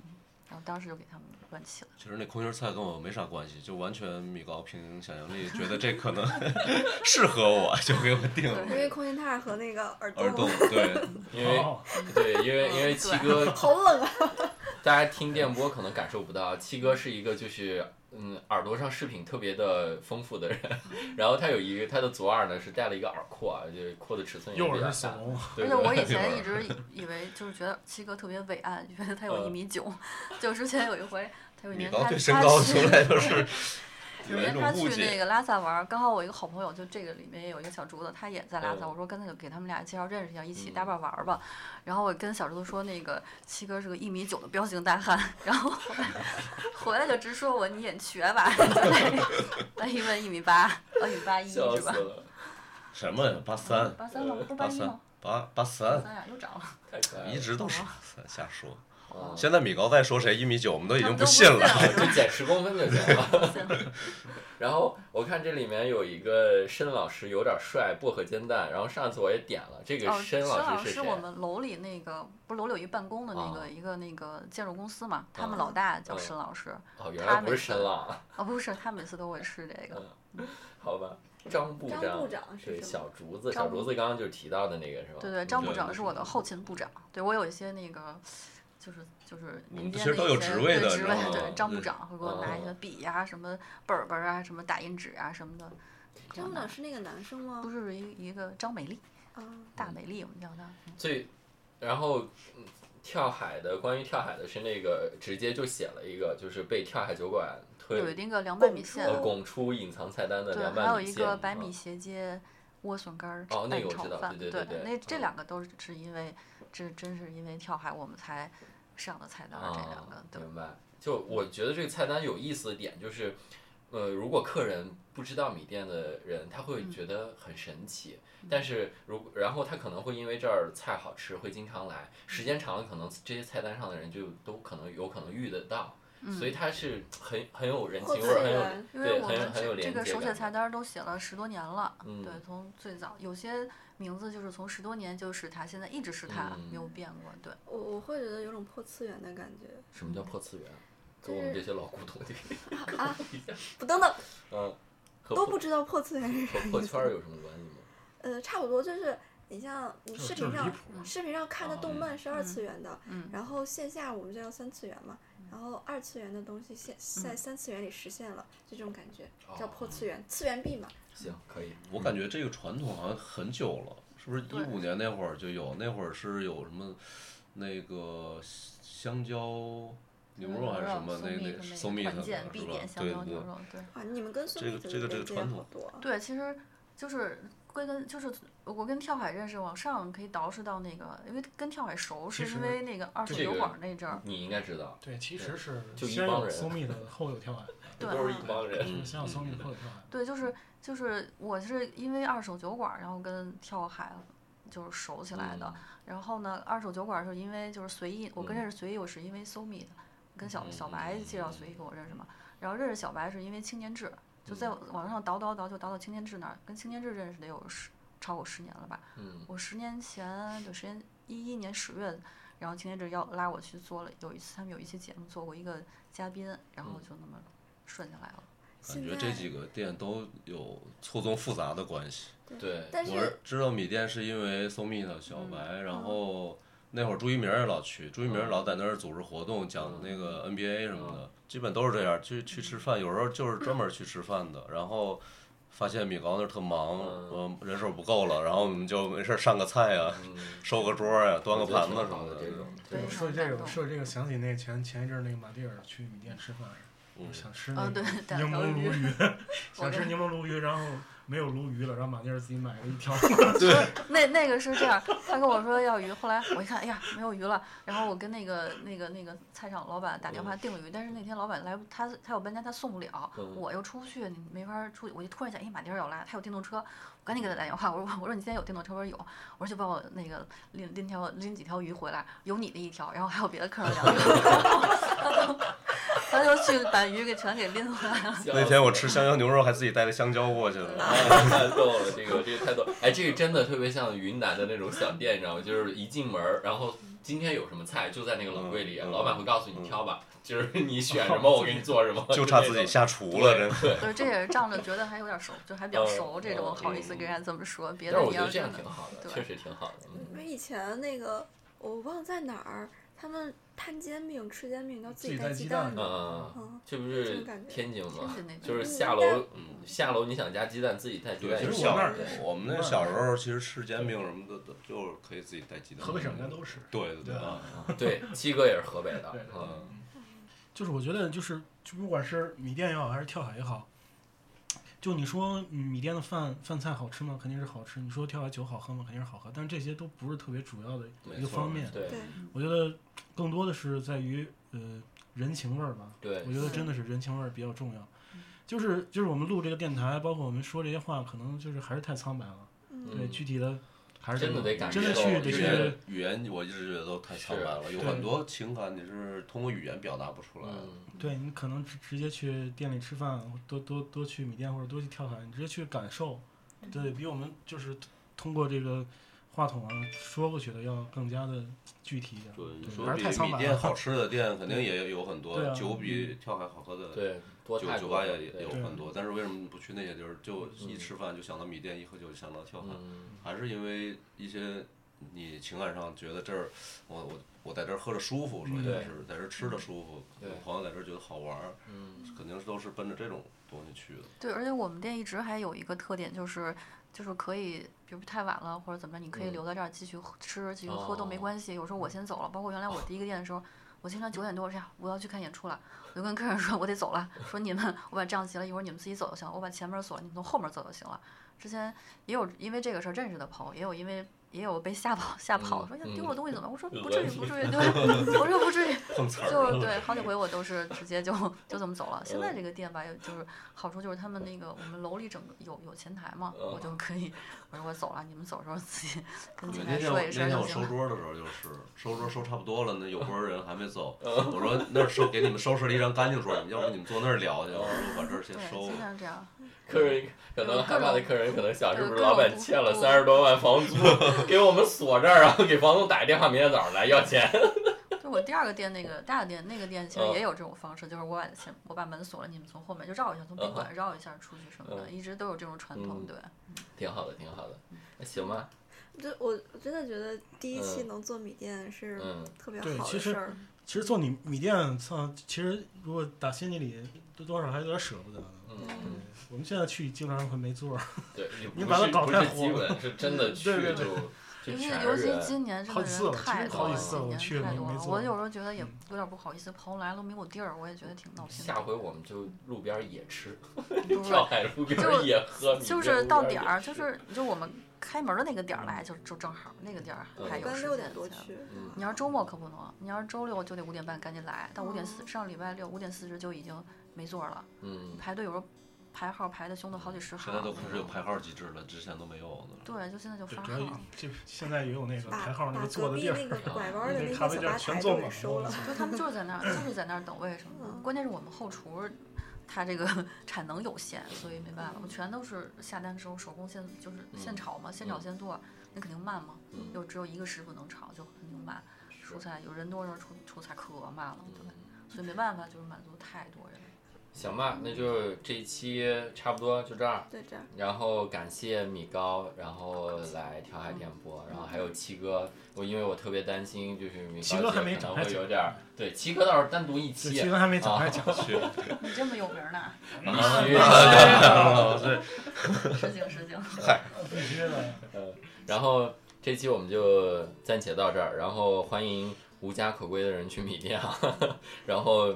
S6: 嗯，然后当时就给他们乱起了，
S5: 其实那空心菜跟我没啥关系，就完全米高凭想象力觉得这可能 适合我，就给我定了
S4: 因为空心菜和那个耳
S5: 耳
S4: 洞，。
S5: 洞 对，
S2: 因为哎
S3: 哦
S2: 对，因为因为七
S6: 哦
S2: 哥，
S4: 好冷 啊！
S2: 大家听电波可能感受不到，七哥是一个就是嗯耳朵上饰品特别的丰富的人，
S6: 嗯
S2: 然后他有一个他的左耳呢是戴了一个耳廓啊，就是扩的尺寸也
S3: 右
S2: 比
S3: 耳
S2: 较
S3: 是
S2: 大，
S3: 怂，
S2: 对
S6: 而且哎我以
S2: 对
S6: 前一直以以为就是觉得七哥特别伟岸，觉得他有一
S2: 嗯
S6: 米九，就之前有一回，他有一
S5: 米
S6: 年
S5: 高
S6: 他
S5: 对身
S6: 他
S5: 高
S6: 去
S5: 从来都 是有
S6: 有
S5: 一
S6: 年他
S5: 种
S6: 去
S5: 误
S6: 那
S5: 解。
S6: 个拉萨玩儿，刚好我一个好朋友，就这个里面也有一个小竹子，他也在拉萨。
S2: 嗯
S6: 我说干脆就给他们俩介绍认识一下，一起
S2: 嗯
S6: 搭伴儿玩儿吧。然后我跟小竹子说，那个七哥是个一米九的彪形大汉，然 后回来回来就直说我你眼瘸吧，就那个那一问一米八，呃一米八一是
S2: 笑死
S6: 吧？
S2: 了，
S5: 什么呀？八三，
S6: 八三吗？不是
S5: 八
S6: 一
S5: 三
S6: 吗？，
S5: 八八
S6: 八哦
S5: 三，
S6: 三呀，又涨了。
S2: 太可爱了，
S5: 一直都是瞎说。
S2: 啊
S5: 现在米高再说谁一米九，我们都已
S6: 他
S5: 经
S6: 们都不
S5: 信了。
S6: 信
S2: 就减十公分就行了。
S6: 行
S2: 然后我看这里面有一个申老师有点帅，薄荷煎蛋。然后上次我也点了这个
S6: 哦，
S2: 申
S6: 老
S2: 师是谁？
S6: 我们楼里那个，不是楼里有一办公的那
S5: 啊
S6: 个、
S2: 哦
S6: 一个那个建筑公司嘛，他们
S2: 嗯
S6: 老大叫
S2: 嗯
S6: 申老师。
S2: 哦，原来不是申浪啊，
S6: 哦，不是，他每次都会吃这
S5: 嗯
S6: 个。
S2: 好吧，张部
S4: 张部长是
S2: 对
S4: 什么
S2: 小竹子，
S6: 张
S2: 小竹
S6: 部
S2: 子刚刚就是提到的那个是吧？嗯
S6: 对对，张部
S5: 嗯对
S6: 长
S5: 对
S6: 是我的后勤部长，对我有一些那个，就是就是
S5: 我们
S6: 民
S5: 其
S6: 间
S5: 实
S6: 的
S5: 都
S6: 一
S5: 有
S6: 些
S5: 职位
S6: 对
S5: 的
S6: 职
S5: 你
S6: 位
S5: 知道，
S6: 对
S5: 吗
S6: 张部
S5: 对
S6: 长会给我拿一些
S2: 嗯
S6: 笔呀、什么本儿本儿啊、什么打印纸啊什么的。
S4: 张部长是那个男生
S6: 不
S4: 吗？
S6: 是一一个张美丽，
S4: 啊，
S6: 大美丽，我们叫她。嗯
S2: 最，然后嗯跳海的关于跳海的是那个直接就写了一个，就是被跳海酒馆
S6: 有
S2: 推
S6: 那个凉拌米
S4: 出
S6: 线，
S2: 呃拱出隐藏菜单的
S6: 对，
S2: 凉
S6: 还有
S2: 拌
S6: 一
S2: 线
S6: 个百米
S2: 嗯
S6: 斜街莴笋干儿
S2: 哦那
S6: 拌
S2: 个我
S6: 炒
S2: 知道
S6: 饭，
S2: 对对对对
S6: 那这
S2: 嗯
S6: 两个都是是因为，这真是因为跳海我们才上的菜单儿，这两个
S2: 啊
S6: 对。
S2: 明白。就我觉得这个菜单有意思的点就是，呃，如果客人不知道米店的人，他会
S6: 嗯
S2: 觉得很神奇。但是如果然后他可能会因为这儿菜好吃，会经常来。时间长了，可能这些菜单上的人就都可能有可能遇得到，嗯所以它是很很有人情
S4: 后
S2: 味儿，
S4: 自
S2: 很有
S4: 然
S6: 嗯因为
S2: 对，
S6: 我
S2: 很有
S6: 们
S2: 很有
S6: 这这
S2: 连
S6: 个
S2: 接
S6: 手写
S2: 感。
S6: 菜单儿都写了十多年了，
S2: 嗯
S6: 对，从最早有些名字就是从十多年就是它，现在一直是它，
S2: 嗯
S6: 没有变过。对，
S4: 我我会觉得有种破次元的感觉
S2: 什么叫破次元？跟我们这些老古董的，
S4: 啊！不等等，
S2: 嗯，和
S4: 都
S2: 破
S4: 不知道破次元是
S2: 和破圈儿有什么关系吗？
S4: 呃，差不多就是你像你
S3: 就是
S4: 视
S3: 就
S4: 频
S3: 是
S4: 上
S3: 离谱
S6: 嗯
S4: 视频上看的动漫是二
S6: 嗯
S4: 次元的，
S6: 嗯
S4: 然后线下我们叫三次元嘛，然后二次元的东西现在
S6: 嗯
S4: 三次元里实现了，就这种感觉叫
S2: 哦
S4: 破次元，次元壁嘛。
S2: 行，可以。
S5: 我感觉这个传统好像很久了，是不是
S6: 对
S5: 一五年那会儿就有？那会儿是有什么那个香蕉牛肉还是什么？那那
S6: 嗯松
S5: 蜜
S6: 蜜
S5: 的啊是
S6: 的那个团
S5: 吧？
S6: 建必点香
S5: 对
S6: 蕉
S5: 对
S6: 牛。肉，对
S4: 啊，你们跟孙俪
S5: 这个
S4: 子
S5: 这个这个
S4: 连接
S5: 传
S4: 好
S5: 统
S4: 多，啊
S6: 对，其实就是归根就是我跟跳海认识，往上可以倒饬到那个，因为跟跳海熟是
S3: 其
S6: 因
S3: 实
S6: 为那个二手
S2: 这
S6: 酒
S2: 个
S6: 馆那阵儿，
S2: 你应该知道，
S3: 对，其实是
S2: 就一
S3: 先
S2: 帮
S3: 有
S2: 人
S3: 松密的，后有跳海，
S6: 对
S2: 都是
S6: 啊
S2: 一帮人。嗯
S3: 就是先有松密的，后有跳海。
S6: 对，就是就是我是因为二手酒馆儿，然后跟跳海就是熟起来的。然后呢，二手酒馆儿是因为就是随意，我
S2: 嗯
S6: 跟认识随意，我是因为 SoMe 的，跟小小白
S2: 嗯
S6: 介绍随意跟我认识嘛。然后认识小白是因为青年志，就在
S2: 嗯
S6: 网上倒倒倒就倒到青年志那儿，跟青年志认识得有十超过十年了吧？
S2: 嗯，
S6: 我十年前就十年一一年十月，然后青年志要拉我去做了，有一次他们有一期节目做过一个嘉宾，然后
S2: 嗯
S6: 就那么顺下来了。
S5: 感
S4: 现
S5: 觉
S4: 在
S5: 这几个店都有错综复杂的关系。
S2: 对，
S4: 但
S5: 我
S4: 是
S5: 是嗯知道米店是因为搜蜜的小白，然后那会儿朱一鸣也老去，朱一鸣老在那儿组织活动，讲那个 NBA 什么的，基本都是这样，去去吃饭，有时候就是专门去吃饭的，然后。发现米高那儿特忙，
S2: 嗯
S5: 嗯，人手不够了，然后我们就没事儿上个菜呀、
S2: 嗯，
S5: 收个桌呀、端个
S2: 我觉得
S5: 盘
S2: 挺
S5: 子
S2: 好
S5: 什么
S2: 的
S5: 的。
S2: 这种，
S6: 非常
S3: 说起这
S6: 感
S3: 个，
S6: 动
S3: 说起这个，想起那前前一阵儿那个马蒂尔去米店吃饭，
S5: 嗯
S3: 想吃那
S6: 嗯，
S3: 个
S6: 对， 对
S3: 柠
S6: 聊
S3: 檬
S6: 鱼
S3: 鲈 鱼，想吃
S6: 跟
S3: 柠檬鲈鱼，然后没有鲈鱼了，然后马蒂尔自己买了一 条。
S6: 那那个是这样，他跟我说要鱼，后来我一看，哎呀，没有鱼了。然后我跟那个那个那个菜场老板打电话订了鱼，但是那天老板来不，他他有搬家，他送不了，
S2: 嗯
S6: 我又出去，你没法出去。我就突然想，哎，马丁要来，他有电动车，我赶紧给他打电话，我说我说你今天有电动车？我说有，我说就帮我那个拎拎条拎几条鱼回来，有你的一条，然后还有别的客人两条。 他就去把鱼给全给拎回来了。
S5: 那 天我吃香蕉牛啊肉，还自己带了香蕉过去了。
S2: 哎太逗了，这个这个太逗，哎，这个真的特别像云南的那种小店，你知道吗？就是一进门儿，然后今天有什么菜就在那个冷柜里，
S5: 嗯嗯
S2: 老板会告诉你挑吧，就是 你选什么我给你做什么，
S5: 就差自
S2: 那
S5: 己
S2: 种。
S5: 下厨了，
S2: 对
S5: 真的。
S6: 对，这也是仗着觉得还有点熟，就还比较
S2: 嗯
S6: 熟，这种
S2: 嗯
S6: 好意思
S5: 嗯
S6: 跟人家这么说。别
S2: 但
S6: 的
S2: 是我
S6: 你
S2: 觉
S6: 要
S2: 得这样
S6: 真的
S2: 挺好的，确
S6: 对
S2: 实挺好的。
S4: 因
S2: 嗯
S4: 为以前那个我忘了在哪儿，他们摊煎饼吃煎饼要自
S3: 自
S4: 己
S3: 己带
S4: 带
S3: 鸡
S4: 蛋
S3: 蛋
S2: 嗯
S4: 呢。
S2: 嗯，嗯
S4: 嗯，
S2: 这不
S4: 这
S2: 是
S4: 种感觉
S2: 天津
S6: 天
S2: 吗
S6: 津那？边
S2: 就是
S4: 嗯
S2: 下
S4: 应
S2: 楼
S4: 该
S2: 嗯下楼你想加鸡蛋自己带鸡
S5: 对，
S2: 蛋
S5: 其
S2: 也
S5: 实
S2: 行，
S3: 我们那儿
S2: 对
S5: 我们 那小时候其实吃煎饼什么的都就是可以自己带鸡蛋。
S3: 河北省应该都吃。
S5: 对对对
S3: 对
S5: 啊，
S2: 对，七哥也是河北的
S3: 对对，对
S2: 嗯，
S3: 就是我觉得就是就不管是米店也好，还是跳海也好，就你说米店的饭饭菜好吃吗？肯定是好吃。你说跳海酒好喝吗？肯定是好喝。但这些都不是特别主要的一
S2: 没
S3: 个
S2: 错
S3: 方面。
S2: 嗯对
S4: 对
S3: 我觉得更多的是在于呃人情味儿吧。
S2: 对
S3: 我觉得真的是人情味儿比较重要。就是就是我们录这个电台，包括我们说这些话，可能就是还是太苍白了。对，
S2: 嗯
S3: 具体的还是
S2: 真的得感
S3: 真的
S2: 受
S3: 去得
S5: 语
S2: 是
S3: 去
S5: 言语言，我一直觉得都太苍白了，有
S3: 对
S5: 很多情感你是通过语言表达不出来的。
S2: 嗯，
S3: 对你可能直直接去店里吃饭，多多多去米店或者多去跳海，你直接去感受，
S4: 嗯
S3: 对比我们就是通过这个话筒啊说过去的要更加的具体一点。
S5: 对，你
S3: 对
S5: 说
S3: 还是太
S5: 比
S3: 苍
S5: 米
S3: 白
S5: 店好
S3: 了。
S5: 吃的店，肯定也有很多
S3: 对啊，
S5: 酒比跳海好喝的，
S2: 对，多
S5: 酒
S2: 太
S5: 酒
S2: 多
S5: 吧
S2: 了
S5: 也也
S2: 对
S5: 有很多。但是为什么不去那些地儿？就一吃饭就想到米店，一喝酒就想到跳海，
S2: 嗯，
S5: 还是因为一些你情感上觉得这儿，我我我在这儿喝着舒服，首先
S2: 嗯对
S5: 是在这儿吃的
S3: 嗯
S5: 舒服，
S2: 对
S5: 我朋友在这儿觉得好玩儿，
S2: 嗯
S5: 肯定是都是奔着这种东西去的。
S6: 对，而且我们店一直还有一个特点，就是就是可以，比如太晚了或者怎么着，你可以
S2: 嗯
S6: 留在这儿继续喝吃、继续喝都没
S2: 哦
S6: 关系。有时候我先走了，包括原来我第一个店的时候，我经常九点多我说呀，我要去看演出了，我就跟客人说我得走了，说你们我把账结了，一会儿你们自己走就行，我把前门锁了，你们从后门走就行了。之前也有因为这个事儿认识的朋友，也有因为也有被吓跑吓跑，说呀
S2: 嗯
S6: 丢了东西怎么办？我说不至于
S2: 恶心
S6: 不至于， 对，我说不至于，
S5: 碰瓷 儿
S6: 就
S5: 了
S6: 对，好几回我都是直接就就这么走了。现在这个店吧，有就是好处就是他们那个我们楼里整个有有前台嘛，我就可以我说我走了，你们走的时候自己跟前
S5: 那
S6: 台
S5: 天
S6: 说
S5: 我
S6: 一
S5: 那
S6: 声
S5: 天
S6: 就
S5: 我收
S6: 行了。
S5: 桌的时候就是收桌收差不多了，那有波人还没走，我 说那儿收给你们收拾了一张干净桌，你们要不你们坐那儿聊去，我说我把这儿先
S6: 对，
S5: 收
S6: 现在
S5: 了。
S6: 是这样，
S2: 客人可能
S6: 有
S2: 害怕
S6: 各
S2: 的
S6: 种
S2: 客人可能想，
S6: 对
S2: 是不是
S6: 各种
S2: 老板
S6: 不
S2: 欠了
S6: 不
S2: 三十多万房 租，给我们锁这儿，然后给房东打个电话，明天早上来要钱。
S6: 就我第二个店那个大的店，那个店其实
S2: 嗯
S6: 也有这种方式，就是我把前我把门锁了，你们从后面就绕一下，从宾馆绕一下出去什么的，
S2: 嗯
S6: 一直都有这种传统，
S2: 嗯
S6: 对。
S2: 挺好的，挺好的，那行吧，
S4: 就我我真的觉得第一期
S2: 嗯
S4: 能做米店是
S2: 嗯
S4: 特别
S3: 对
S4: 好
S3: 其
S4: 的
S3: 实
S4: 事儿。
S3: 其实做米米店，操，其实如果打心底里多多少还有点舍不得呢。
S2: 嗯，
S3: 对我们现在去经常会没座儿，
S2: 对，
S3: 你
S2: 不
S3: 把它
S2: 是
S3: 搞
S2: 不
S3: 太
S2: 是
S3: 火
S2: 基
S3: 了
S2: 本是真 的去就
S3: 对对对
S2: 就
S6: 尤其
S2: 全
S6: 尤
S2: 是
S6: 其
S2: 人，
S6: 今年真
S3: 好
S6: 的
S3: 几次
S6: 人
S3: 了
S6: 太
S3: 其实
S6: 多
S2: 好
S6: 了，
S2: 几次
S6: 今
S2: 了
S3: 我
S6: 年
S3: 去了
S6: 太
S3: 没
S6: 多
S3: 没
S6: 了。
S3: 做
S6: 我有时候觉得也有点不好意思，朋友来都没有地儿，我也觉得挺闹心的。
S2: 下回我们就路边儿野吃，
S6: 不是
S2: 上海路边儿
S6: 就
S2: 野喝，米
S6: 就
S2: 店
S6: 是
S2: 路
S6: 到
S2: 边
S6: 点
S2: 野
S6: 儿，就
S2: 吃
S6: 是就我们开门的那个点儿来，就就正好那个点儿
S2: 嗯
S6: 还
S4: 一
S6: 有
S4: 般
S6: 时
S4: 六
S6: 间
S4: 点多
S6: 才
S4: 去，
S2: 嗯
S6: 你要是周末可不能，你要是周六就得五点半赶紧来，到五点四
S4: 哦
S6: 上礼拜六五点四十就已经没座儿了，
S2: 嗯，
S6: 排队有时候排号排的凶的好几十号
S5: 现在
S6: 那
S5: 都
S6: 种。
S5: 开始有排号机制了，之前都没有呢。
S6: 对，就现在就
S3: 对
S6: 发，
S3: 主要
S6: 号，
S3: 就现在也有那个排
S4: 把
S3: 号那
S4: 把
S3: 个坐
S4: 隔
S3: 的
S4: 壁
S3: 地儿，
S4: 那个拐 弯儿的
S3: 那
S4: 那
S3: 个
S4: 个
S3: 咖
S4: 小
S3: 啡
S4: 吧
S3: 店
S4: 台
S3: 全
S4: 都
S3: 坐
S4: 给
S3: 满
S4: 收 了
S3: 了。。
S6: 就他们就是在那儿就是在那儿等位什么的。
S4: 嗯
S6: 关键是我们后厨，它这个 产能有限，所以没办法，我全都是下单之后手工现就是现
S2: 嗯
S6: 炒嘛，现炒
S2: 嗯
S6: 现做，那肯定慢嘛。
S2: 嗯
S6: 又只有一个师傅能炒，就肯定慢。
S2: 是
S6: 蔬菜有人多的时候出出菜可慢了，对吧？
S2: 嗯
S6: 所以没办法，就是满足太多人了。
S2: 行吧，那就这一期差不多就这儿。
S4: 对，这样
S2: 然后感谢米高，然后来调海电波，然后还有七哥，我因为我特别担心，就是米
S3: 七
S2: 高
S3: 哥还
S2: 姐
S3: 没
S2: 可能
S3: 长
S2: 会
S3: 开
S2: 有
S3: 脚
S2: 点儿对，七哥倒是单独一
S3: 这
S2: 期，
S3: 气氛还没讲，还讲去，
S6: 你这么有名儿 呢？
S2: 必须
S6: 失敬失敬。
S3: 必须的。
S2: 然后这期我们就暂且到这儿，然后欢迎无家可归的人去米店啊，然后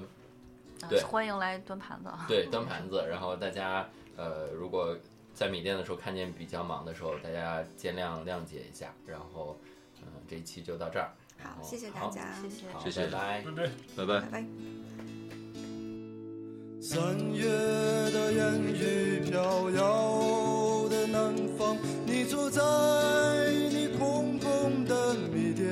S6: 啊
S2: 对
S6: 欢迎来端盘子啊！
S2: 对端盘子，然后大家呃如果在米店的时候看见比较忙的时候，大家见谅谅解一下，然后嗯、这一期就到这儿，然
S4: 好，
S2: 后
S4: 谢谢大
S2: 好
S4: 家，
S6: 谢谢。
S2: 好
S5: 谢谢
S2: 拜拜
S3: 拜。拜。
S5: 拜拜
S4: 拜。拜。
S7: 三月的烟雨飘摇的南方，你坐在你空空的米店，